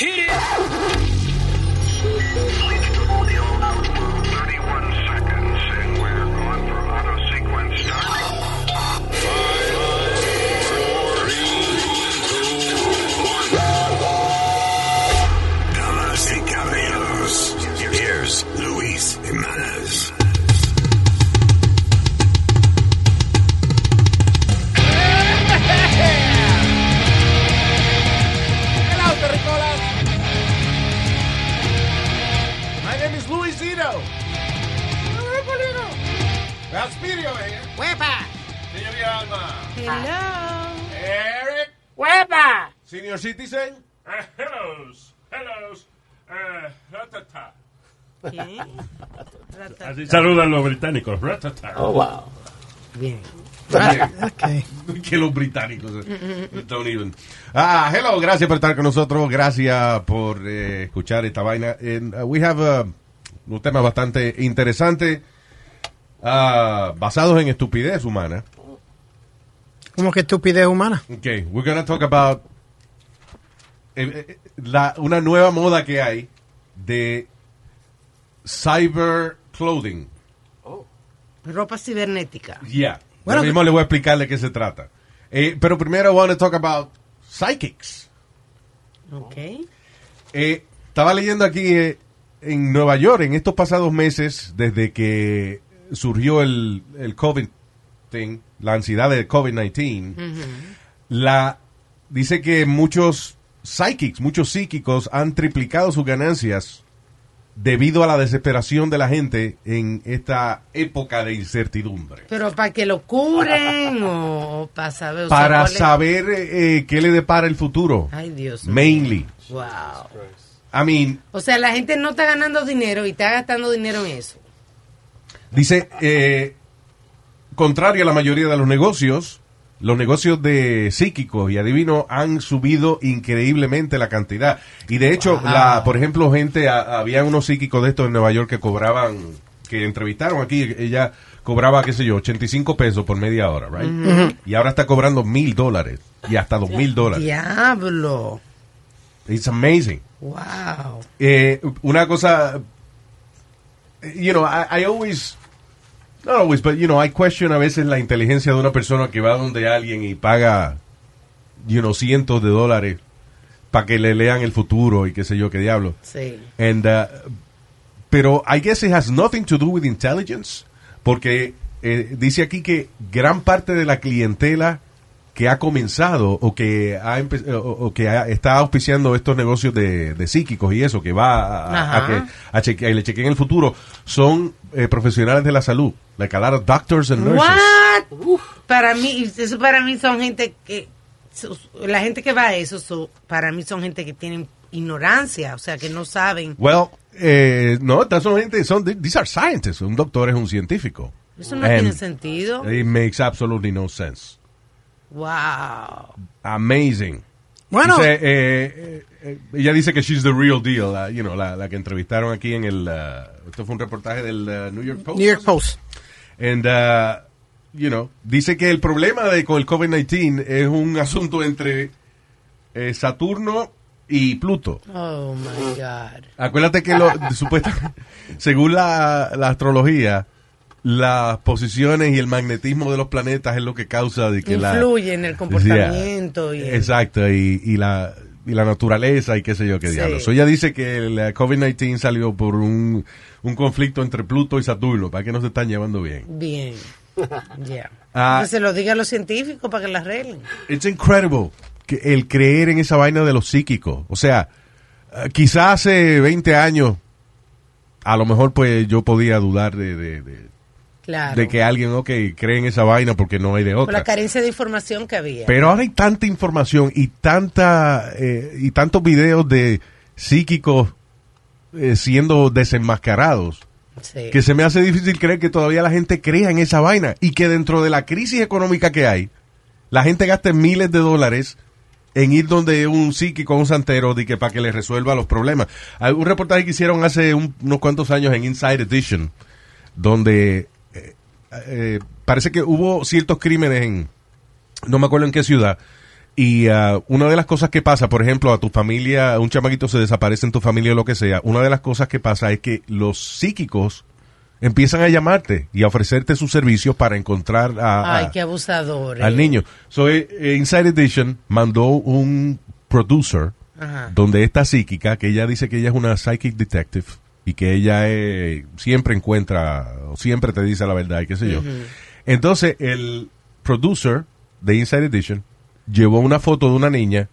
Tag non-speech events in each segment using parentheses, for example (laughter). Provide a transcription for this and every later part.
Hit it! Damas y caballeros, here's Luis Jimenez. Hello, Terricolas! My name is Luisito. Rasperio here. ¡Huepa! eh. Señor Alma. Hello. Eric. ¡Huepa! Senior citizen. Uh, hellos, hellos, uh, ratata. ¿Qué? Así saludan los británicos, ratata. Oh, wow. Bien. (laughs) que los británicos eh, don't even. Ah, hello, gracias por estar con nosotros, gracias por eh, escuchar esta vaina. And, uh, we have uh, un tema bastante interesante ah, basados en estupidez humana. Como que estupidez humana. Okay, we're gonna talk about eh, eh, la, una nueva moda que hay de cyber clothing. Ropa cibernética. Yeah. Bueno, Bueno, mismo le voy a explicar de qué se trata. Eh, pero primero I want to talk about psychics. Ok. Eh, estaba leyendo aquí eh, en Nueva York, en estos pasados meses, desde que surgió el, el COVID thing, la ansiedad del COVID-19, la dice que muchos psychics, muchos psíquicos han triplicado sus ganancias debido a la desesperación de la gente en esta época de incertidumbre. Pero para que lo curen o para saber. o sea, Para cuál es- saber eh, qué le depara el futuro, Ay, Dios. mío. mainly. Wow. I mean, O sea, la gente no está ganando dinero y está gastando dinero en eso. Dice, eh, contrario a la mayoría de los negocios, los negocios de psíquicos y adivinos han subido increíblemente la cantidad. Y de hecho, la, por ejemplo, gente, a- había unos psíquicos de estos en Nueva York que cobraban, que entrevistaron aquí, ella cobraba, qué sé yo, 85 pesos por media hora, right? Y ahora está cobrando mil dólares y hasta dos mil dólares. Diablo. It's amazing. Wow. Eh, una cosa, eh, you know, I, I always, not always, but you know, I question a veces la inteligencia de una persona que va donde alguien y paga, you know, cientos de dólares para que le lean el futuro y qué sé yo qué diablo. Sí. And, uh, pero I guess it has nothing to do with intelligence, porque eh, dice aquí que gran parte de la clientela que ha comenzado o que ha empe- o, o que ha- está auspiciando estos negocios de, de psíquicos y eso, que va a, a Ajá. que a cheque- le chequen el futuro, son eh, profesionales de la salud, like a lot of doctors and nurses. What? Uf, para mí, eso para mí son gente que, su- la gente que va a eso, su- para mí son gente que tienen ignorancia, o sea, que no saben. Well, eh, no, estas son gente, son, these are scientists, un doctor es un científico. Eso no And tiene sentido. It makes absolutely no sense. Wow. Amazing. Bueno, Dice, eh, eh, eh, ella dice que she's the real deal, la, you know, la, la que entrevistaron aquí en el... uh, esto fue un reportaje del uh, New York Post. New York Post. And, uh, you know, dice que el problema de, con el COVID-19 es un asunto entre eh, Saturno y Pluto. Oh my God. Acuérdate que (laughs) lo, supuesta- según la, la astrología, las posiciones y el magnetismo de los planetas es lo que causa de que la- Influye en el comportamiento Yeah. y el- ah, exacto, y, y la, y la naturaleza y qué sé yo qué Sí. diablos. So, ella dice que el eh, COVID-19 salió por un, un conflicto entre Pluto y Saturno, para que no se están llevando bien. Bien. Ya. Ah. Que se lo diga a los científicos para que la arreglen. It's incredible que el creer en esa vaina de los psíquicos. O sea, eh, quizás hace 20 años, a lo mejor pues yo podía dudar de, de- de- Claro. de que alguien, ok, cree en esa vaina porque no hay de Por otra. la carencia de información que había. Pero ahora hay tanta información y tanta eh, y tantos videos de psíquicos eh, siendo desenmascarados Eh. Sí. que se me hace difícil creer que todavía la gente crea en esa vaina y que dentro de la crisis económica que hay, la gente gaste miles de dólares en ir donde un psíquico, un santero, de que para que le resuelva los problemas. Hay un reportaje que hicieron hace un- unos cuantos años en Inside Edition, donde eh, eh, parece que hubo ciertos crímenes en, no me acuerdo en qué ciudad, Y ah, una de las cosas que pasa, por ejemplo, a tu familia, un chamaquito se desaparece en tu familia o lo que sea, una de las cosas que pasa es que los psíquicos empiezan a llamarte y a ofrecerte sus servicios para encontrar a, Ay, a- qué abusadores. al niño. So, eh, eh, Inside Edition mandó un producer Ajá. donde esta psíquica, que ella dice que ella es una psychic detective y que ella eh, siempre encuentra, o siempre te dice la verdad y qué sé yo. Entonces, el producer de Inside Edition llevó una foto de una niña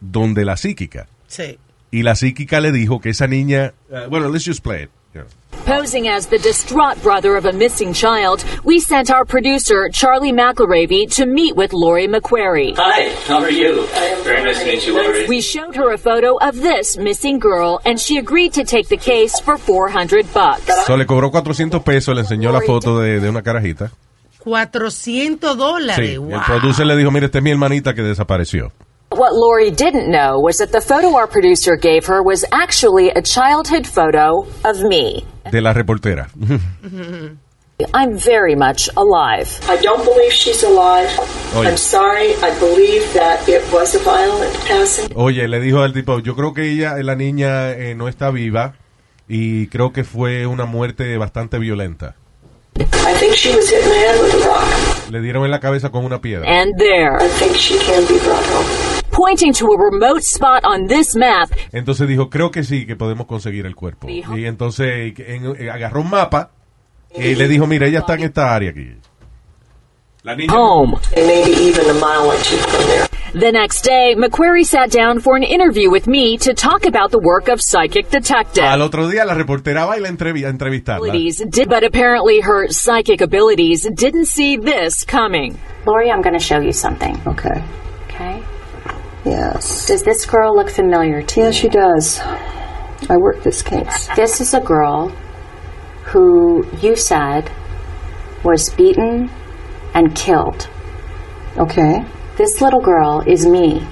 donde la psíquica, Sí. y la psíquica le dijo que esa niña, eh, bueno, let's just play it. Yeah. Posing as the distraught brother of a missing child, we sent our producer, Charlie McElravy, to meet with Lori McQuarrie. Hi, how are you? Very nice to meet you, Lori. We showed her a photo of this missing girl, and she agreed to take the case for 400 bucks. So, le cobró 400 pesos, le enseñó la foto de, de una carajita. 400 dólares. Sí, wow. el producer le dijo, mire, esta es mi hermanita que desapareció. What Lori didn't know was that the photo our producer gave her was actually a childhood photo of me. De la reportera. (laughs) I'm very much alive. I don't believe she's alive. Oh, yeah. I'm sorry. I believe that it was a violent passing. Oye, le dijo al tipo, yo creo que ella, la niña, eh, no está viva y creo que fue una muerte bastante violenta. I think she was hit in the head with a rock. Le dieron en la cabeza con una piedra. And there, I think she can be brought home. pointing to a remote spot on this map, Entonces dijo, creo que sí, que podemos conseguir el cuerpo. Dijo. Y entonces en- eh, agarró un mapa y le dijo, mira, ella está en esta área aquí. La niña... home. And maybe even a mile or two from there. The next day, McQuarrie sat down for an interview with me to talk about the work of psychic Al detective. otro día la reportera va y la entrevi- a entrevistarla. Abilities did- But apparently, her psychic abilities didn't see this coming. Lori, I'm going to show you something. Okay. Okay. Yes. Does this girl look familiar to Yeah, you? she does. I work this case. This is a girl who you said was beaten and killed. Okay. This little girl is me.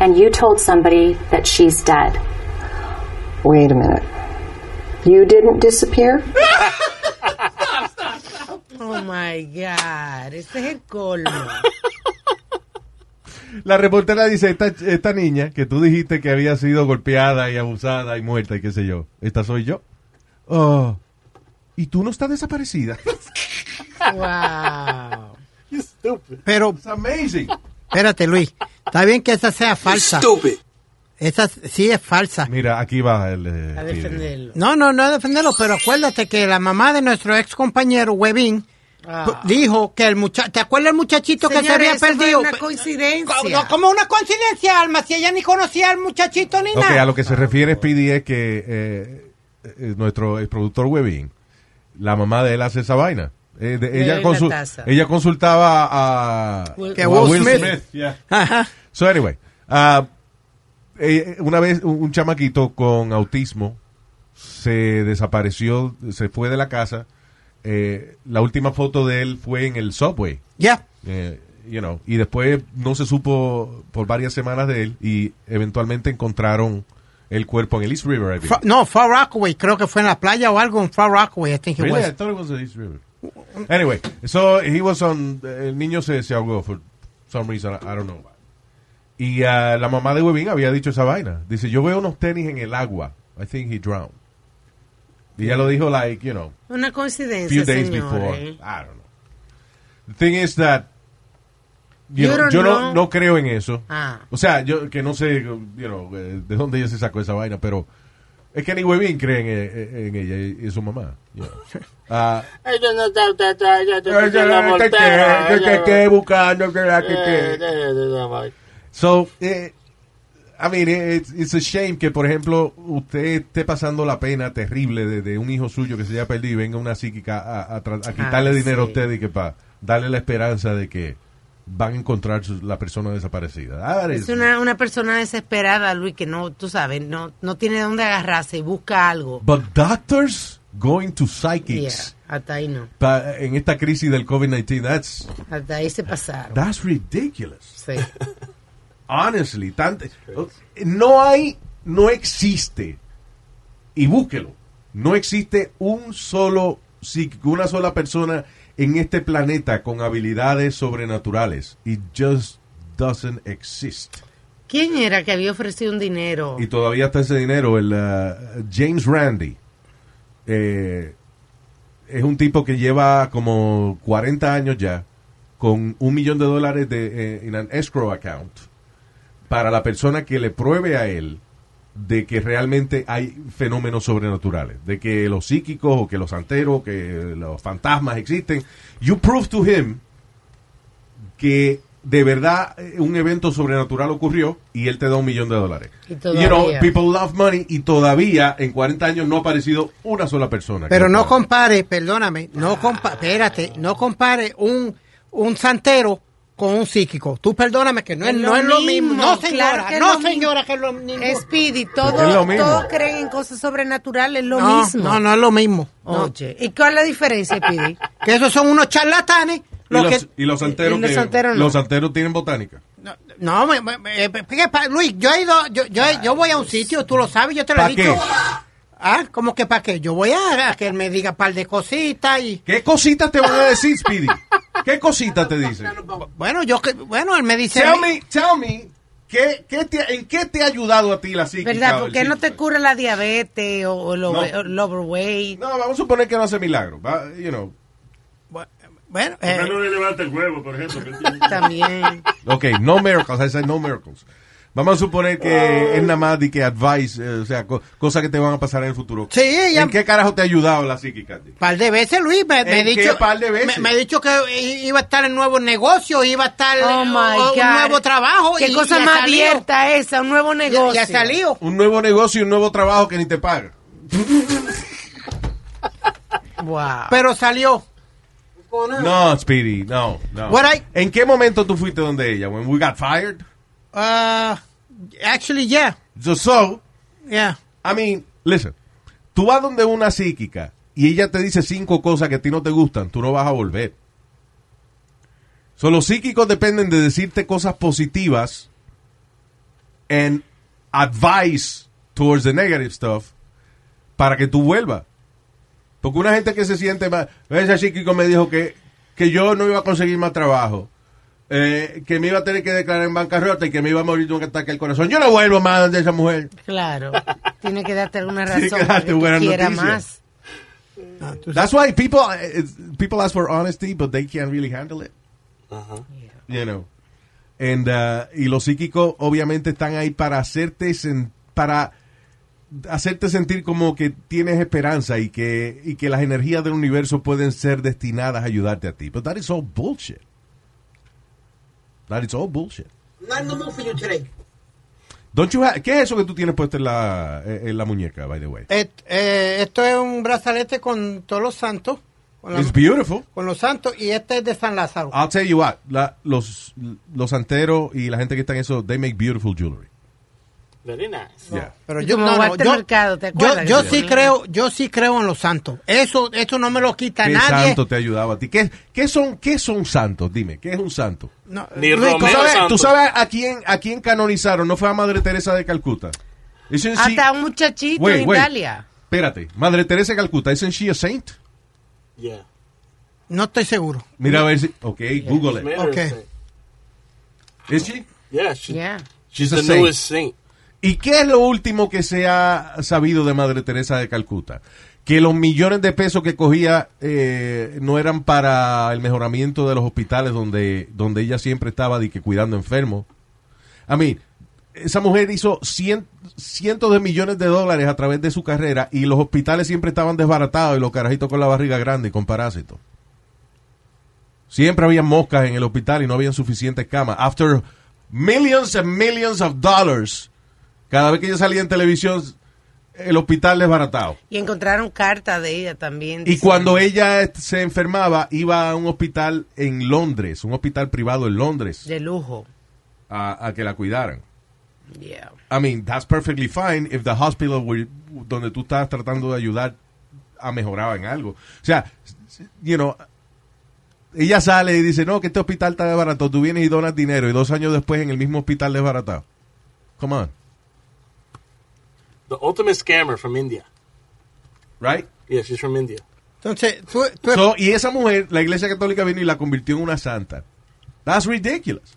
And you told somebody that she's dead. Wait a minute. You didn't disappear? Oh my God. Ese es el colmo. La reportera dice, esta, esta niña que tú dijiste que había sido golpeada y abusada y muerta y qué sé yo, esta soy yo. Oh, y tú no estás desaparecida. wow. Pero, It's amazing. espérate, Luis. Está bien que esa sea falsa. Esa sí es falsa. Mira, aquí va el... eh, A Peter. defenderlo. No, no, no es defenderlo, pero acuérdate que la mamá de nuestro ex compañero, Webin, pues, Ah. dijo que el muchacho. ¿Te acuerdas el muchachito que se Señores, había eso fue perdido? una coincidencia. Co- no, como una coincidencia, Alma, si ella ni conocía al muchachito ni Ok, a nada. lo que se refiere Speedy es que eh, eh, nuestro el productor Webin, la mamá de él hace esa vaina. Eh, de- De ella, la consu- taza. ella consultaba a, Will- Que a Will Smith. yeah. Ajá. So anyway, ah, eh, una vez un un chamaquito con autismo se desapareció, se fue de la casa. Eh, la última foto de él fue en el subway. Ya. Eh, you know, y después no se supo por varias semanas de él y eventualmente encontraron el cuerpo en el East River. I believe. Fa- No, Far Rockaway, creo que fue en la playa o algo en Far Rockaway, I think it Really? was. I thought it was the East River. Anyway, so he was on. El niño se, se ahogó for some reason. I don't know why. Y ah, la mamá de Webin había dicho esa vaina. Dice, yo veo unos tenis en el agua. I think he drowned. Y ella lo dijo, like, you know, Una a few coincidencia, days before. señores. I don't know. The thing is that. you You know, don't yo no, know. no creo en eso. Ah. O sea, yo que no sé you know, eh, de dónde ella se sacó esa vaina, pero es que ni Webin cree en, eh, en ella y, y su mamá. you know. Ah, Ella no está, está, está, ella está, está, la voltera, ella- Eh, So, eh, eh, eh, eh, I mean, it's, it's a shame que, por ejemplo, usted esté pasando la pena terrible de, de un hijo suyo que se haya perdido y venga una psíquica a, a tra- a quitarle Ah, dinero a sí. usted y que para darle la esperanza de que van a encontrar su- la persona desaparecida. Ah, That Es is- una, una persona desesperada, Luis, que no, tú sabes, no, no tiene de dónde agarrarse y busca algo. But doctors going to Yeah, psychics hasta ahí no. pa- en esta crisis del COVID-19, that's, Hasta ahí se pasaron. that's ridiculous. Sí. Honestly, tant- no hay, no existe, y búsquelo, no existe un solo psíquico, una sola persona en este planeta con habilidades sobrenaturales. It just doesn't exist. ¿Quién era que había ofrecido un dinero? Y todavía está ese dinero, el uh, James Randy. Eh, es un tipo que lleva como 40 años ya con un millón de dólares de, eh, en un escrow account para la persona que le pruebe a él de que realmente hay fenómenos sobrenaturales, de que los psíquicos o que los santeros, que los fantasmas existen. You prove to him que de verdad eh, un evento sobrenatural ocurrió y él te da un millón de dólares. Y You know, todavía. people love money y todavía en 40 años no ha aparecido una sola persona. Pero que- no compare, perdóname, no compare, espérate, no compare un, un santero con un psíquico. Tú perdóname que no es, no es lo mismo. No, señora, claro que es no, lo mismo. señora, que es lo mismo. Speedy, Es lo todos mismo. todos creen en cosas sobrenaturales, lo no, mismo. Oh. no, no es lo mismo. No. Oye, ¿y cuál es la diferencia, Speedy? Que esos son unos charlatanes. Y los, Los que, y los santeros, y los que- santeros no. los santeros tienen botánica. no, me- me- me- eh, ¿qué pa- Luis, yo he ido, yo, yo, yo voy a un sitio, tú lo sabes, yo te lo ¿Pa' he dicho. qué? Ah, ¿cómo que para qué? Yo voy a, a que él me diga un par de cositas y... ¿Qué cositas te van a decir, Speedy? ¿Qué cositas te dicen? (laughs) Bueno, yo, que- bueno, él me dice... Tell me, tell me, ¿qué, qué te- ¿en qué te ha ayudado a ti la psíquica? ¿Verdad? o el Porque no te psíquico? cura la diabetes o, o lo- No. o el overweight. No, vamos a suponer que no hace milagro. va, You know. Bueno, ¿Por qué eh, no le levanta el huevo, por ejemplo? ¿Me entiendes? También. Ok, no miracles, I said no miracles. Vamos a suponer que es nada más de que advice, eh, o sea, co- cosas que te van a pasar en el futuro. Sí, ella- ¿En qué carajo te ha ayudado la psíquica? tío? par de veces, Luis, me, me ¿En he qué dicho... par de veces? Me, me he dicho que i- iba a estar en nuevos negocios, iba a estar Oh, en my God. un nuevo trabajo. Qué y- cosa y ha más salido. abierta esa, un nuevo Y- negocio. Y ha salido. Un nuevo negocio y un nuevo trabajo que ni te paga. Wow. Pero salió. No, Speedy, no, no. What I- ¿En qué momento tú fuiste donde ella? When we got fired? Uh, actually, yeah. So, so, Yeah. I mean, listen. Tú vas donde una psíquica y ella te dice cinco cosas que a ti no te gustan, tú no vas a volver. So, los psíquicos dependen de decirte cosas positivas and advice towards the negative stuff para que tú vuelvas. Porque una gente que se siente mal, ese psíquico me dijo que, que yo no iba a conseguir más trabajo, eh, que me iba a tener que declarar en bancarrota y que me iba a morir de un ataque al corazón. Yo no vuelvo más donde esa mujer. (laughs) Claro. Tiene que darte alguna Tiene razón que para darte que tú buenas quieras noticias. más. That's why people it's- people ask for honesty, but they can't really handle it. You know. And, uh, y los psíquicos obviamente están ahí para hacerte sen- para hacerte sentir como que tienes esperanza y que y que las energías del universo pueden ser destinadas a ayudarte a ti. But that is all bullshit. That is all bullshit. Not no more for you today. Don't you ha- ¿Qué es eso que tú tienes puesto en la eh, en en la muñeca, by the way? Et- eh, esto es un brazalete con todos los santos. Con, la- It's beautiful. con los santos. Y este es de San Lázaro. I'll tell you what, la- los, los santeros y la gente que está en eso, they make beautiful jewelry. Very nice. Yeah. Pero Y yo, como no, no, Walter yo- Mercado, ¿te yo, acuerdas? yo Que sí se- creo, yo sí creo en los santos. Eso, eso no me lo quita ¿Qué nadie. santo te ayudaba a ti? ¿Qué, qué son, ¿Qué son santos? Dime, ¿qué es un santo? No, Ni Luis, ¿Tú Romeo sabes, Santo. tú sabes a, quién, a quién canonizaron? ¿No fue a Madre Teresa de Calcuta? Isn't she- Hasta un muchachito Wait, en wait. Italia. Espérate, Madre Teresa de Calcuta, ¿isn't she a saint? Yeah. no estoy seguro. Mira a ver si... Ok, Google it. Mary Okay. saint. ¿Is she? Yeah, she, Yeah. she's She's a the saint. newest saint. ¿Y qué es lo último que se ha sabido de Madre Teresa de Calcuta? Que los millones de pesos que cogía eh, no eran para el mejoramiento de los hospitales donde, donde ella siempre estaba de que cuidando enfermos. A mí, esa mujer hizo cien- cientos de millones de dólares a través de su carrera y los hospitales siempre estaban desbaratados y los carajitos con la barriga grande y con parásitos. Siempre había moscas en el hospital y no habían suficientes camas. After millions and millions of dollars, cada vez que yo salía en televisión, el hospital desbaratado. Y encontraron carta de ella también. Y diciendo- cuando ella est- se enfermaba, iba a un hospital en Londres, un hospital privado en Londres, De lujo. a, a que la cuidaran. Yeah. I mean, that's perfectly fine if the hospital where- donde tú estás tratando de ayudar ha mejorado en algo. O sea, you know, ella sale y dice, no, que este hospital está desbaratado. Tú vienes y donas dinero y dos años después en el mismo hospital desbaratado. Come on, The ultimate scammer from India. right? Yeah, she's from India. Entonces, tú, tú- So, y esa mujer, la iglesia católica vino y la convirtió en una santa. That's ridiculous.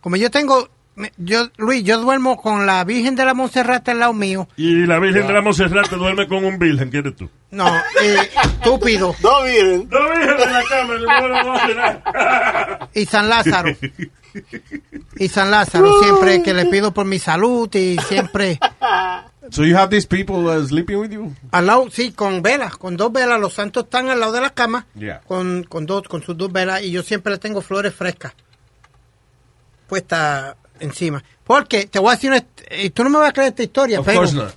como yo tengo, me- yo Luis, yo duermo con la Virgen de la Monserrate al lado mío. Y la Virgen de la Monserrate duerme con un virgen, ¿quieres tú? No, eh, estúpido. Dos virgen. No, virgen de la cama, le voy a la Monserrate. Y San Lázaro. (laughs) Y San Lázaro, siempre que le pido por mi salud y siempre So you have these people uh, sleeping with you? al lado, sí, con velas, con dos velas. Los santos están al lado de la cama Yeah. con, con, dos, con sus dos velas y yo siempre le tengo flores frescas puestas encima. Porque te voy a decir, una est- y tú no me vas a creer esta historia, Of pero course not.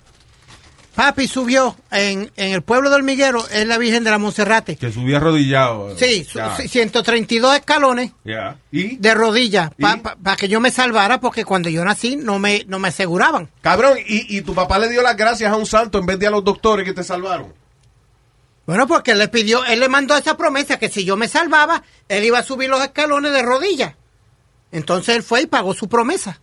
papi subió en, en el pueblo de Hormiguero, es la Virgen de la Monserrate. Que subía arrodillado. Sí, su- Ya. sí, 132 escalones Ya. Y, de rodillas ¿Y? para que yo me salvara porque cuando yo nací no me, no me aseguraban. cabrón, y, y tu papá le dio las gracias a un santo en vez de a los doctores que te salvaron. Bueno, porque él le pidió, él le mandó esa promesa que si yo me salvaba, él iba a subir los escalones de rodillas. Entonces él fue y pagó su promesa.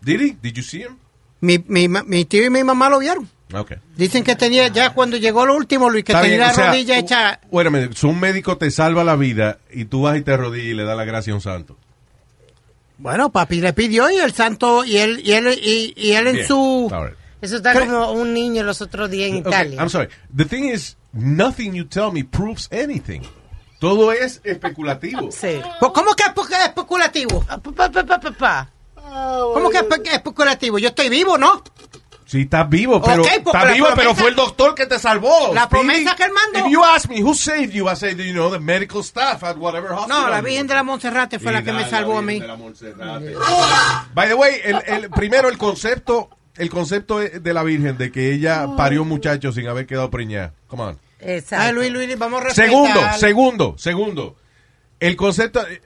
Did he? Did you see him? Mi, mi, ma- mi tío y mi mamá lo vieron. Okay. Dicen que tenía, ya cuando llegó lo último, Luis, que Está tenía bien, la o sea, rodilla hecha. u- wait a minute, si un médico te salva la vida y tú vas y te arrodillas y le das la gracia a un santo. Bueno, papi le pidió y el santo, y él, y él, y, y él en Bien. su. All right. Eso está Cre- como un niño los otros días en Okay, Italia. I'm sorry. The thing is, nothing you tell me proves anything. Todo es (laughs) especulativo. Sí. Pues, ¿Cómo que es espe- es especulativo? Ah, pa, pa, pa, pa, pa, pa. ¿Cómo que es espe- es especulativo? Yo estoy vivo, ¿no? Sí, estás vivo, pero Ok, porque estás la vivo, promesa- pero fue el doctor que te salvó. La Speedy. promesa que él mandó. If you ask me who saved you, I say, you know, the medical staff at whatever hospital. No, la you Virgen were. de la Monserrate fue Y la que da me salvó a Virgen mí. de Ah, la Monserrate. By the way, el, el- primero el concepto, el concepto de la Virgen de que ella parió un muchacho sin haber quedado preñada. Come on. Exacto. Ay, Luis, Luis, Luis, vamos a respetar. Segundo, segundo, segundo. El concepto. eh,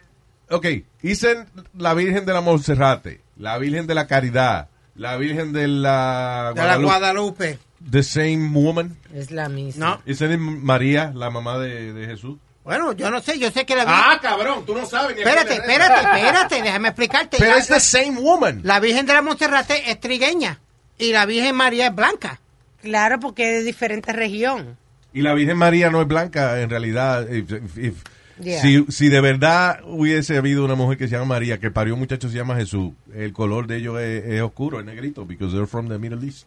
Ok, dicen la Virgen de la Monserrate, la Virgen de la Caridad, la Virgen de la De la Guadalupe. Guadalupe. The same woman. Es la misma. No. ¿Esa es María, la mamá de, de Jesús? Bueno, yo no sé, yo sé que la Virgen. Ah, cabrón, tú no sabes. Ni a (laughs) espérate, quién le reza. espérate, espérate, déjame explicarte. Pero La- es the same woman. La Virgen de la Monserrate es trigueña y la Virgen María es blanca. Claro, porque es de diferente región. Y la Virgen María no es blanca, en realidad. If- if- if- Yeah. si, si de verdad hubiese habido una mujer que se llama María, que parió un muchacho que se llama Jesús, el color de ellos es, es oscuro, es negrito, because they're from the Middle East.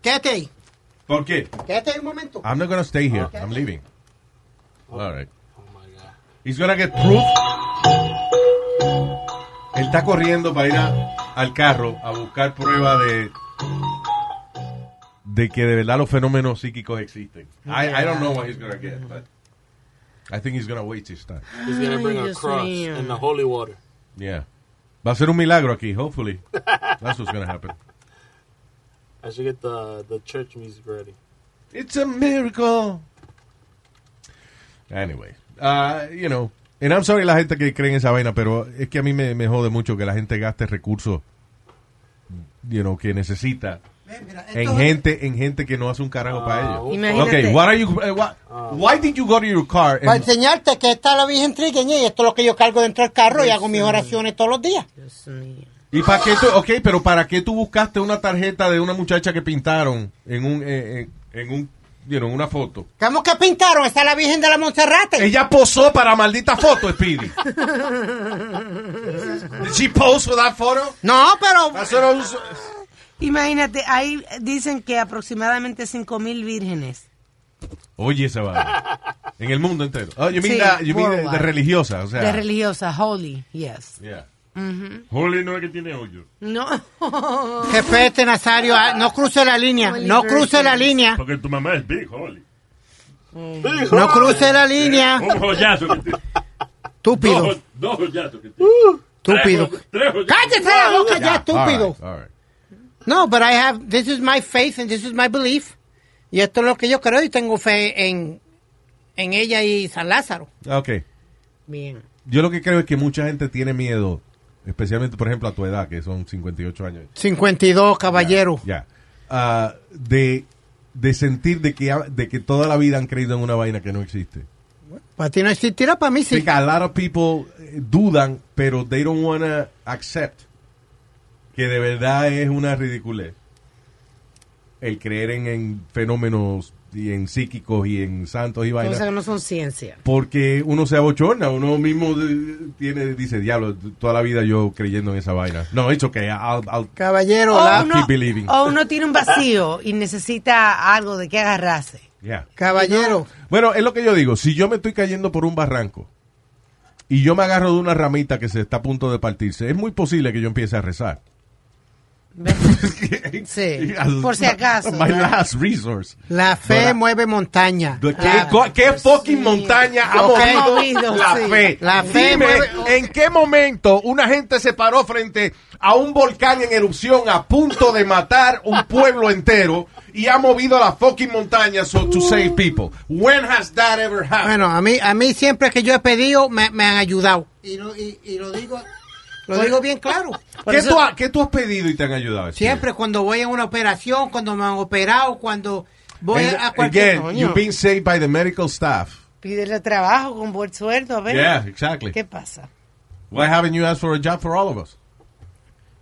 Quédate ahí, ¿Por qué? quédate ahí un momento. I'm not gonna stay here. I'm leaving. All right. He's gonna get proof. Él está corriendo para ir a- al carro a buscar prueba de de que de verdad los fenómenos psíquicos existen. I, I don't know what he's gonna get, but I think he's gonna wait his time. He's gonna bring Ay, a Dios cross mío. and the holy water. Yeah. Va a ser un milagro aquí, hopefully. That's what's gonna happen. I should get the the church music ready. It's a miracle. Anyway, uh, you know, and I'm sorry la gente que cree en esa vaina, pero es que a mí me, me jode mucho que la gente gaste recursos, you know, que necesita en gente, en gente que no hace un carajo para ellos. Imagínate. Okay, what are you, eh, what- why did you go to your car? and- Para enseñarte que está la Virgen trigueña y esto es lo que yo cargo dentro del carro y hago mis oraciones todos los días. Dios mío. y para qué tú, okay, pero para qué tú buscaste una tarjeta de una muchacha que pintaron en un, eh, en, en un, you know, en una foto? ¿Cómo que pintaron? Está la Virgen de la Monserrate. Ella posó para maldita foto, Speedy. Did she pose for that photo? No, pero That's what I was- Imagínate, ahí dicen que aproximadamente 5.000 vírgenes. Oye, esa vaina. En el mundo entero. Oh, you mean, Sí, that- you mean de, de worldwide. religiosa, o sea. De religiosa, holy, yes. Yeah. Holy no es que tiene hoyo. No. Jefe Nazario, ah, no cruce la línea, no cruce la línea, Porque tu mamá es big, holy. no cruce (laughs) la línea, Un joyazo que tiene. Dos, estúpido, Uh, jo- dos joyazos que tiene. estúpido. Tres jo- Tres joyazos. Cállate la boca ya, estúpido. All right, all right. No, pero I have, this is my faith and this is my belief. Y esto es lo que yo creo y tengo fe en, en ella y San Lázaro. Ok. Bien. Yo lo que creo es que mucha gente tiene miedo, especialmente, por ejemplo, a tu edad, que son 58 años. 52, caballero. Ya. Ah, de, de sentir de que, ha- de que toda la vida han creído en una vaina que no existe. Para ti no existirá, para mí sí. Porque a lot of people eh, dudan, pero they don't wanna accept que de verdad es una ridiculez el creer en, en fenómenos y en psíquicos y en santos y vainas. Cosas que no son ciencia. Porque uno se abochorna, uno mismo de- tiene, dice, diablo, toda la vida yo creyendo en esa vaina. No, hecho que Caballero, O la- uno, keep believing. o uno tiene un vacío y necesita algo de que agarrarse. Yeah. caballero, Bueno, es lo que yo digo. Si yo me estoy cayendo por un barranco y yo me agarro de una ramita que se está a punto de partirse, es muy posible que yo empiece a (laughs) rezar. Sí, por si acaso. My ¿verdad? last resource. la fe Ahora- mueve montaña. ¿De ¿Qué, co- qué Pues fucking montaña ha Lo que he movido movido, la sí. fe? La fe Dime, mueve- ¿en qué momento una gente se paró frente a un volcán en erupción a punto de matar un pueblo entero y ha movido la fucking montaña so to save people? When has that ever happened? Bueno, a mí, a mí siempre que yo he pedido, me, me han ayudado. Y lo, y- y lo digo, lo digo bien claro. ¿Qué, tú ha- qué tú has pedido y te han ayudado? Siempre cuando voy a una operación, cuando me han operado, cuando voy And, a cualquier... Eh, again, you've been saved by the medical staff. Pídele trabajo con buen sueldo, a ver. Yeah, exactly. ¿Qué pasa? Why haven't you asked for a job for all of us?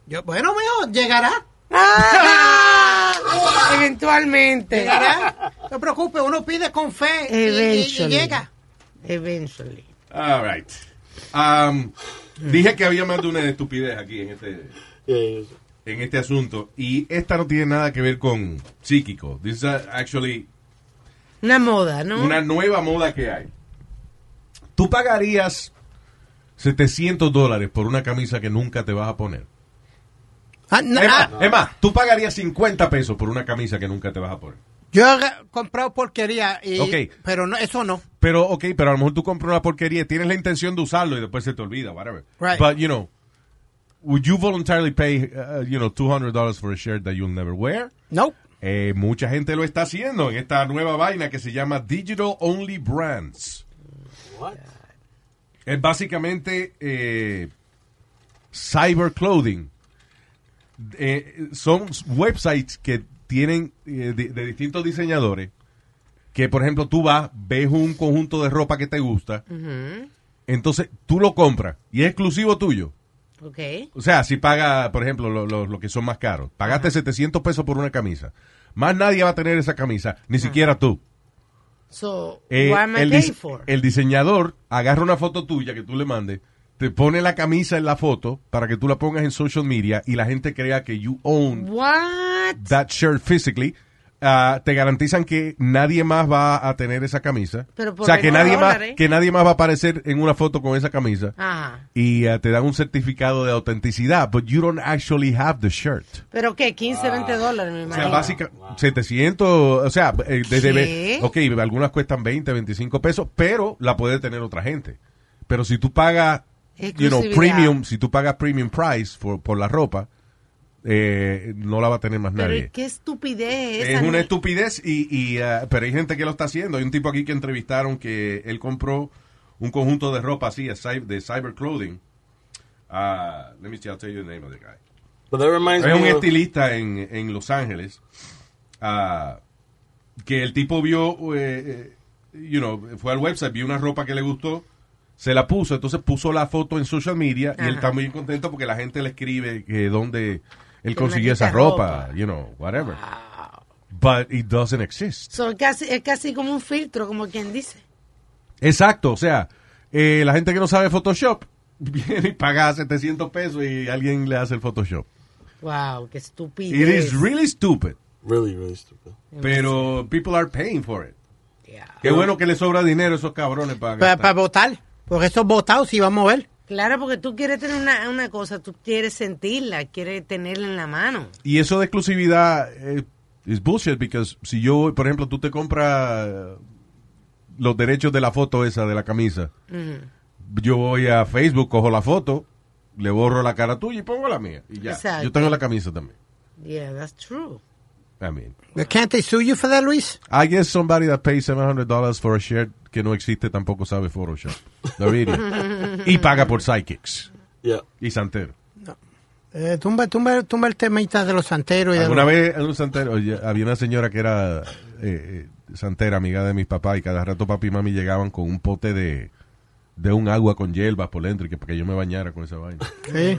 Yo- bueno, mijo, llegará. Ah, (laughs) Eventualmente. Llegará. No te preocupes, uno pide con fe y- y- y Eventually. llega. Eventually. All right. Um, dije que había más de una estupidez aquí en este, en este asunto. Y esta no tiene nada que ver con psíquico. This is uh, actually Una moda, ¿no? una nueva moda que hay. Tú pagarías 700 dólares por una camisa que nunca te vas a poner. Ah, no, Es más, ah, es más, tú pagarías 50 pesos por una camisa que nunca te vas a poner. yo he comprado porquería, y- Ok. pero no, eso no. Pero, ok, pero a lo mejor tú compras una porquería, tienes la intención de usarlo y después se te olvida, whatever. Right. But, you know, would you voluntarily pay, uh, you know, $200 for a shirt that you'll never wear? No. Eh, mucha gente lo está haciendo en esta nueva vaina que se llama Digital Only Brands. Es básicamente eh, cyber clothing. Eh, son websites que tienen eh, de, de distintos diseñadores que, por ejemplo, tú vas, ves un conjunto de ropa que te gusta, entonces tú lo compras y es exclusivo tuyo. Ok. O sea, si paga, por ejemplo, lo, lo- lo que son más caros. Pagaste 700 pesos por una camisa. Más nadie va a tener esa camisa, ni siquiera tú. So, Eh, what am I el, paying dis- for? el diseñador agarra una foto tuya que tú le mandes, te pone la camisa en la foto para que tú la pongas en social media y la gente crea que you own What? that shirt physically. Ah, te garantizan que nadie más va a tener esa camisa. Pero por o sea, que 20 nadie, más, dólares. que nadie más va a aparecer en una foto con esa camisa. Ajá. Y ah, te dan un certificado de autenticidad, but you don't actually have the shirt. ¿Pero qué? 15, 20 dólares, me Ah, O sea, imagino. básica, 700, o sea, eh, desde... ¿Qué? Ok, algunas cuestan 20, 25 pesos, pero la puede tener otra gente. Pero si tú pagas, you know, Exclusividad. premium, si tú pagas premium price for- por la ropa, eh, no la va a tener más Pero nadie. qué estupidez. Es Ani- una estupidez, y, y, ah, pero hay gente que lo está haciendo. Hay un tipo aquí que entrevistaron que él compró un conjunto de ropa así, de cyber, de cyber clothing. Ah, let me see, I'll tell you the name of the guy. But that reminds Hay un me of- estilista en, en Los Ángeles ah, que el tipo vio, eh, eh, you know, fue al website, vio una ropa que le gustó, se la puso, entonces puso la foto en social media y él Ajá. está muy contento porque la gente le escribe que dónde él Que consiguió esa maldita ropa, ropa. you know, whatever. But it doesn't exist. So, es, casi, es casi como un filtro, como quien dice. Exacto, o sea, eh, la gente que no sabe Photoshop (laughs) viene y paga 700 pesos y alguien le hace el Photoshop. Wow, qué It estupidez. is really stupid, Really, really stupid. pero people are paying for it. Yeah. Qué bueno que le sobra dinero a esos cabrones para Para gastar. votar. Porque esos votados sí vamos a ver. Claro, porque tú quieres tener una, una cosa, tú quieres sentirla, quieres tenerla en la mano. Y eso de exclusividad eh, es bullshit, because si yo, por ejemplo, tú te compras eh, los derechos de la foto esa de la camisa, yo voy a Facebook, cojo la foto, le borro la cara tuya y pongo la mía. Y ya. Exacto. Yo tengo la camisa también. Yeah, that's true. I mean, Can't they sue you for that, Luis? I guess somebody that pays $700 for a shirt que no existe tampoco sabe Photoshop. The video. y paga por psychics Yeah. y santero. Eh, tumba, tumba, tumba el temita de los santeros y de Alguna los- vez en un santero, oye, había una señora que era eh, eh, santera, amiga de mis papás, y cada rato papi y mami llegaban con un pote de, de un agua con hierbas por dentro, y que para que yo me bañara con esa vaina. Sí.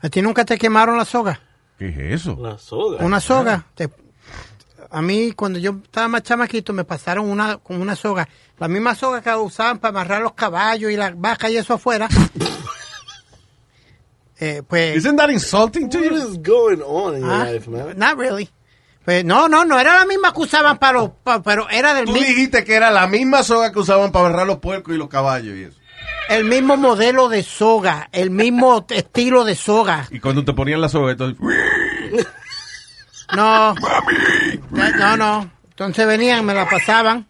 ¿A ti nunca te quemaron la soga? ¿Qué es eso? La soga. ¿Una soga? Te- A mí, cuando yo estaba más chamaquito, me pasaron una con una soga. La misma soga que usaban para amarrar los caballos y las vacas y eso afuera. Eh, pues, Isn't that insulting to What you? is going on in your ah, life, man? not really. Pues, no, no, no era la misma que usaban para los... pa- pero era del Tú mismo... dijiste que era la misma soga que usaban para agarrar los puercos y los caballos y eso. El mismo modelo de soga, (laughs) el mismo estilo de soga. Y cuando te ponían la soga, entonces... No. No, no. Entonces venían, me la pasaban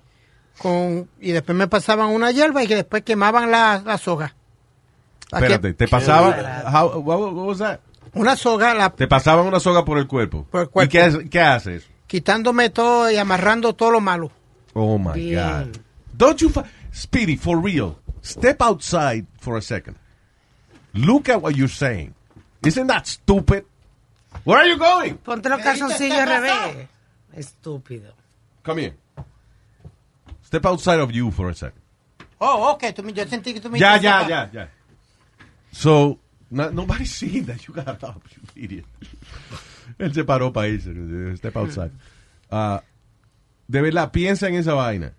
con y después me pasaban una hierba y que después quemaban la, la soga. La que- Espérate, te pasaban... how- what, what was that? Una soga, la, Te pasaban una soga por el cuerpo. Por el cuerpo. ¿Y qué, haces- qué haces? quitándome todo y amarrando todo lo malo. Oh, my Bien. God. Don't you... fi- Speedy, for real, step outside for a second. Look at what you're saying. Isn't that stupid? Where are you going? Ponte los calzoncillos al revés. Estúpido. Come here. Step outside of you for a second. Oh, ok, tú me- yo sentí que tú me Ya, dijiste ya, soga. ya, ya. So, no, nobody's (laughs) seen that you got up, you idiot. Él se paró para irse. Step outside. Ah, de verdad, piensa en esa vaina.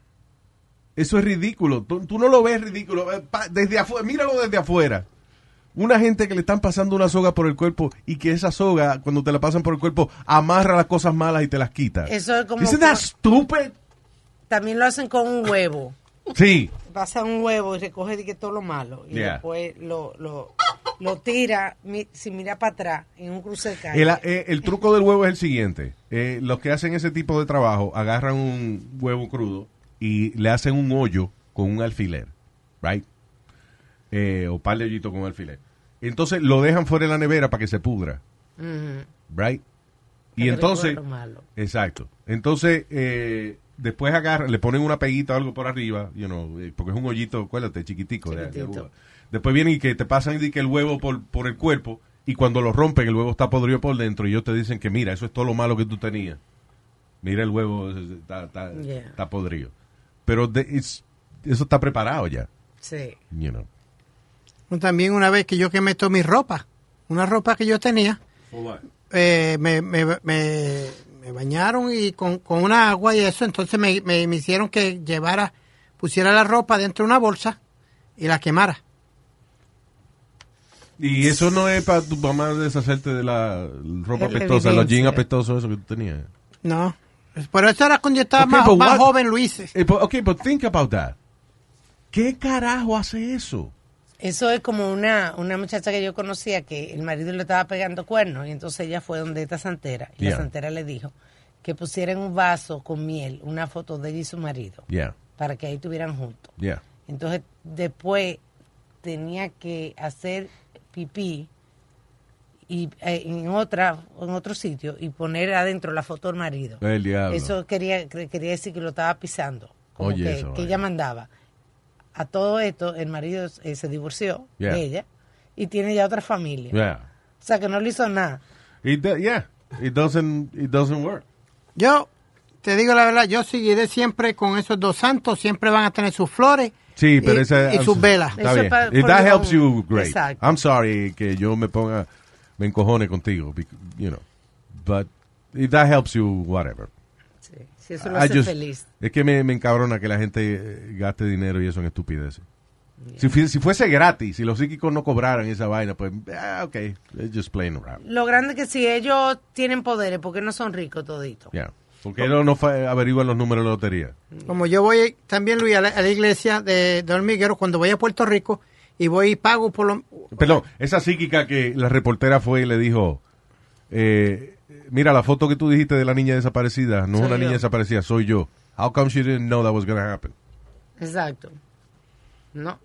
Eso es ridículo. Tú, tú no lo ves ridículo. Eh, pa- Desde afuera, míralo desde afuera. Una gente que le están pasando una soga por el cuerpo y que esa soga, cuando te la pasan por el cuerpo, amarra las cosas malas y te las quita. Eso es como- Isn't that stupid? También lo hacen con un huevo. Sí. Pasa un huevo y recoge de que todo lo malo. Y Yeah. después lo, lo, lo tira, mi- si mira para atrás, en un cruce de calle. El, eh, el truco del huevo es el siguiente. Eh, los que hacen ese tipo de trabajo agarran un huevo crudo y le hacen un hoyo con un alfiler, right? Eh, o par de hoyitos con un alfiler. Entonces lo dejan fuera de la nevera para que se pudra, Ujú. right? Y Que entonces, recuerda lo malo. exacto. Entonces eh, después agarran, le ponen una peguita o algo por arriba, you know, eh, porque es un hoyito, acuérdate, chiquitico. de- de Chiquitito. uva. Después vienen y que te pasan y que el huevo por, por el cuerpo y cuando lo rompen el huevo está podrido por dentro y ellos te dicen que mira, eso es todo lo malo que tú tenías. Mira el huevo, es- es- está, está- Yeah. está podrido. Pero de- it's- eso está preparado ya. Sí. You know. También una vez que yo quemé toda mi ropa, una ropa que yo tenía, eh, me, me, me- me bañaron y con, con una agua y eso, entonces me, me- me hicieron que llevara, pusiera la ropa dentro de una bolsa y la quemara. Y eso no es para tu mamá deshacerte de la ropa Es la apestosa, los jeans evidencia. apestosos, eso que tú tenías. No, pero eso era cuando yo estaba Ok, más, but más what- joven, Luis. Eh, but- ok, but think about that. ¿Qué carajo hace eso? Eso es como una, una muchacha que yo conocía que el marido le estaba pegando cuernos y entonces ella fue donde esta santera y Yeah. la santera le dijo que pusiera en un vaso con miel una foto de ella y su marido Yeah, para que ahí estuvieran juntos. yeah. Entonces después tenía que hacer pipí y eh, en otra en otro sitio y poner adentro la foto del marido. El diablo. Eso quería cre- quería decir que lo estaba pisando, como Oye, que, esa que vaina. ella mandaba. A todo esto el marido eh, se divorció Yeah. de ella y tiene ya otra familia. Yeah. O sea que no le hizo nada. It do- yeah, it doesn't, it doesn't work. Yo te digo la verdad, yo seguiré siempre con esos dos santos, siempre van a tener sus flores Sí, pero y, esa... y sus velas. Está Eso bien. es pa- If por that lo- helps you, great. Exacto. I'm sorry que yo me ponga... Me encojone contigo, bec- you know. But if that helps you, whatever. Sí, sí, eso lo I hace just- feliz. Ah, Es que me, me encabrona que la gente eh, gaste dinero y eso en estupideces. Si, fui- si fuese gratis, si los psíquicos no cobraran esa vaina, pues, ah, ok, they're just playing around. Lo grande que si ellos tienen poderes, porque no son ricos toditos. Yeah. ¿Por qué no, no fa- averiguan los números de la lotería? Como yo voy también, Luis, a la, a la iglesia de, de Hormiguero, cuando voy a Puerto Rico y voy y pago por lo... Perdón, esa psíquica que la reportera fue y le dijo, eh, mira, la foto que tú dijiste de la niña desaparecida, no es Soy una yo. niña desaparecida, soy yo. How come she didn't know that was gonna happen? Exacto. No.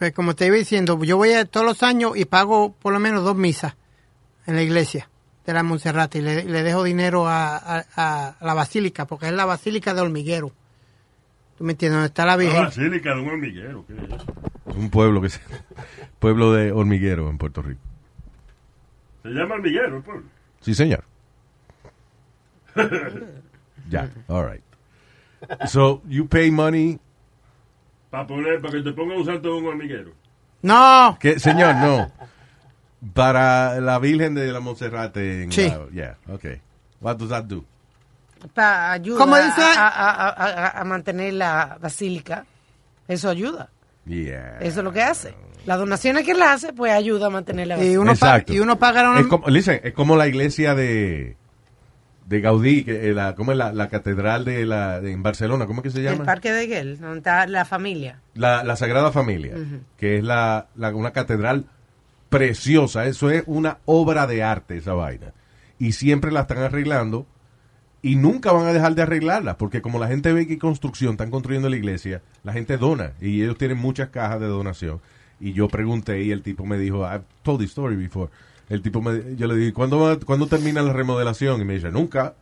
Pues como te iba diciendo, yo voy a, todos los años y pago por lo menos dos misas en la iglesia de la Monserrate y le, le dejo dinero a, a- a la basílica, porque es la basílica de Hormiguero. ¿Tú me entiendes? Donde está la La Ah, Virgen. basílica de un hormiguero. ¿qué es eso? Un pueblo que se, (laughs) pueblo de hormiguero en Puerto Rico. Se llama hormiguero, el pueblo. Sí, (laughs) señor. ya, all right. So, you pay money. Para poner, para que te pongan un santo de un hormiguero. No, Que, señor, no. Para la Virgen de la Monserrate. En Sí. la- yeah, okay. What does that do? pa- ayuda Como dice- a, a- a- a- a mantener la basílica. Eso ayuda. Yeah. Eso es lo que hace. Las donaciones que él hace, pues ayuda a mantener la Y basílica. uno, Exacto. pa- y uno paga una- Es como, listen, es como la iglesia de, de Gaudí, que, eh, la, ¿cómo es la, la catedral de la, de- en Barcelona? ¿Cómo es que se El llama? parque de Gel, donde está la familia. La, la Sagrada Familia, que es la, la- una catedral preciosa. Eso es una obra de arte, esa vaina. Y siempre la están arreglando y nunca van a dejar de arreglarla, porque como la gente ve que hay construcción, están construyendo la iglesia, la gente dona y ellos tienen muchas cajas de donación. Y yo pregunté y el tipo me dijo, I've told this story before. El tipo me, yo le dije, ¿cuándo, va- ¿cuándo termina la remodelación? Y me dice, nunca.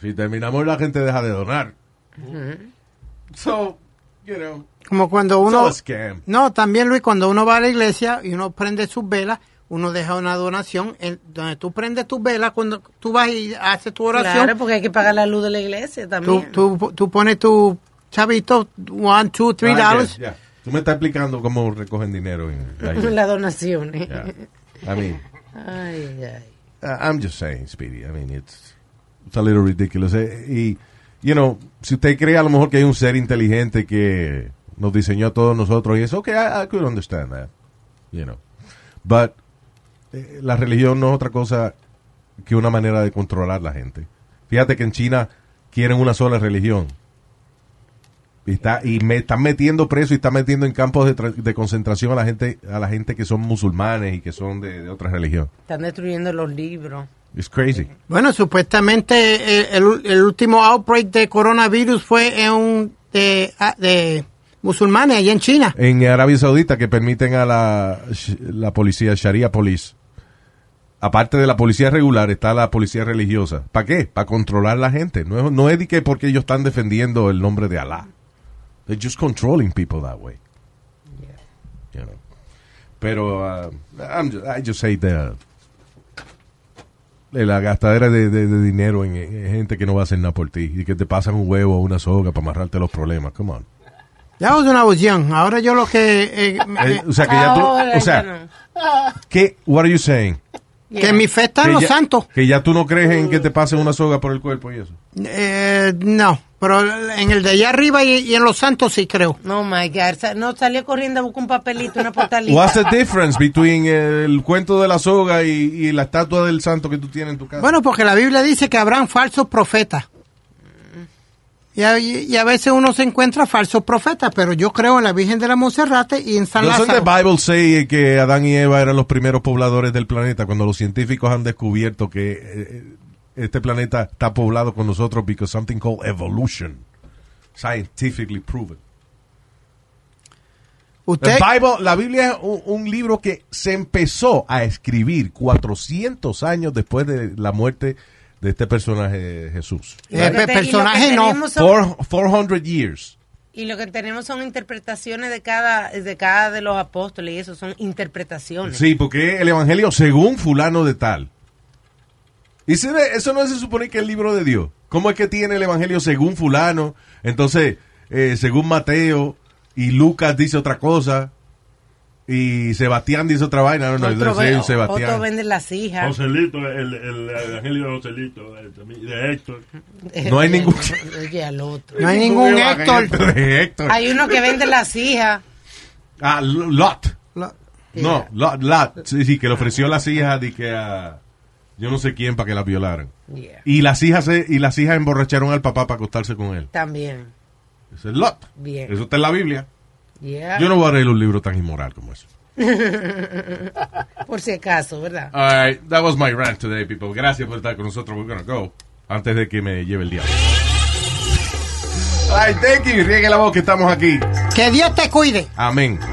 Si terminamos la gente deja de donar. So, you know. como cuando uno... So scam. No, también Luis, cuando uno va a la iglesia y uno prende sus velas, uno deja una donación en, donde tú prendes tus velas, cuando tú vas y haces tu oración, Claro, porque hay que pagar la luz de la iglesia tú, también. tú, tú pones tu chavito, one, two, three Ah, ya, dollars. ya. Tú me estás explicando cómo recogen dinero. en (laughs) la iglesia. Las donaciones. Yeah. I mean, Ay, ay. uh, I'm just saying, Speedy. I mean, it's, it's a little ridiculous. Eh, Y, you know, si usted cree a lo mejor que hay un ser inteligente que nos diseñó a todos nosotros y eso, okay, I, I could understand that, you know. But eh, la religión no es otra cosa que una manera de controlar la gente. Fíjate que en China quieren una sola religión. Y, está, y me están metiendo preso y están metiendo en campos de, tra- de concentración a la gente a la gente que son musulmanes y que son de, de otra religión. Están destruyendo los libros. It's crazy. Bueno, supuestamente eh, el, u- el último outbreak de coronavirus fue en un de, ah, de musulmanes allá en China. En Arabia Saudita que permiten a la, sh- la policía, Sharia Police, aparte de la policía regular, está la policía religiosa. ¿Para qué? Para controlar la gente. No es, no es de que porque ellos están defendiendo el nombre de Alá. They're just controlling people that way. You know. Pero uh, I'm ju- I just hate the- de la gastadera de, de- de dinero en, en gente que no va a hacer nada por ti y que te pasan un huevo o una soga para amarrarte los problemas. Come on. Ya was una opción. Ahora yo lo que... eh, me- Eh, o sea, que ya tú... Ahora O sea, ya no. ¿Qué? What are you saying? que mi fe está en que los ya, santos. Que ya tú no crees en que te pasen una soga por el cuerpo y eso. Eh, no, pero en el de allá arriba y, y en los santos sí creo. No, my God. Sa- No, salió corriendo a buscar un papelito, una portalita. What's the difference between el cuento de la soga y, y la estatua del santo que tú tienes en tu casa? Bueno, porque la Biblia dice que habrán falsos profetas. Y a, y a veces uno se encuentra falsos profetas, pero yo creo en la Virgen de la Monserrate y en San Doesn't the Lázaro. Bible say que Adán y Eva eran los primeros pobladores del planeta cuando los científicos han descubierto que eh, este planeta está poblado con nosotros because something called evolution scientifically proven. Usted, El Bible, la Biblia es un, un libro que se empezó a escribir 400 años después de la muerte de este personaje Jesús. Y lo que eh, te- y lo personaje que no. tenemos son- Four- 400 years. Y lo que tenemos son interpretaciones de cada de cada de los apóstoles y eso son interpretaciones. Sí, porque el Evangelio según fulano de tal. Y se ve- eso no se supone que es el libro de Dios. ¿Cómo es que tiene el Evangelio según fulano? Entonces, eh, según Mateo y Lucas dice otra cosa y Sebastián dice otra vaina. No, no, otro, es de ve- Sebastián. otro vende las hijas. Joselito, el, el evangelio de Joselito, eh, también, de Héctor. No (laughs) hay ningún- Oye, al otro. no hay ningún Héctor. (laughs) De Héctor. Hay uno que vende las hijas. Ah, L- Lot. Lo- No, Lot, Lot. Sí, sí, que le ofreció las hijas de que a yo no sé quién para que las violaran. Yeah. Y las hijas se- y las hijas emborracharon al papá para acostarse con él. También. Ese es Lot. Bien. Eso está en la Biblia. Ah. Yeah. Yo no voy a leer un libro tan inmoral como eso. Por si acaso, ¿verdad? All right, that was my rant today, people. Gracias por estar con nosotros. We're gonna go. Antes de que me lleve el diablo. Ay, thank you. Riegue la voz que estamos aquí. Que Dios te cuide. Amén.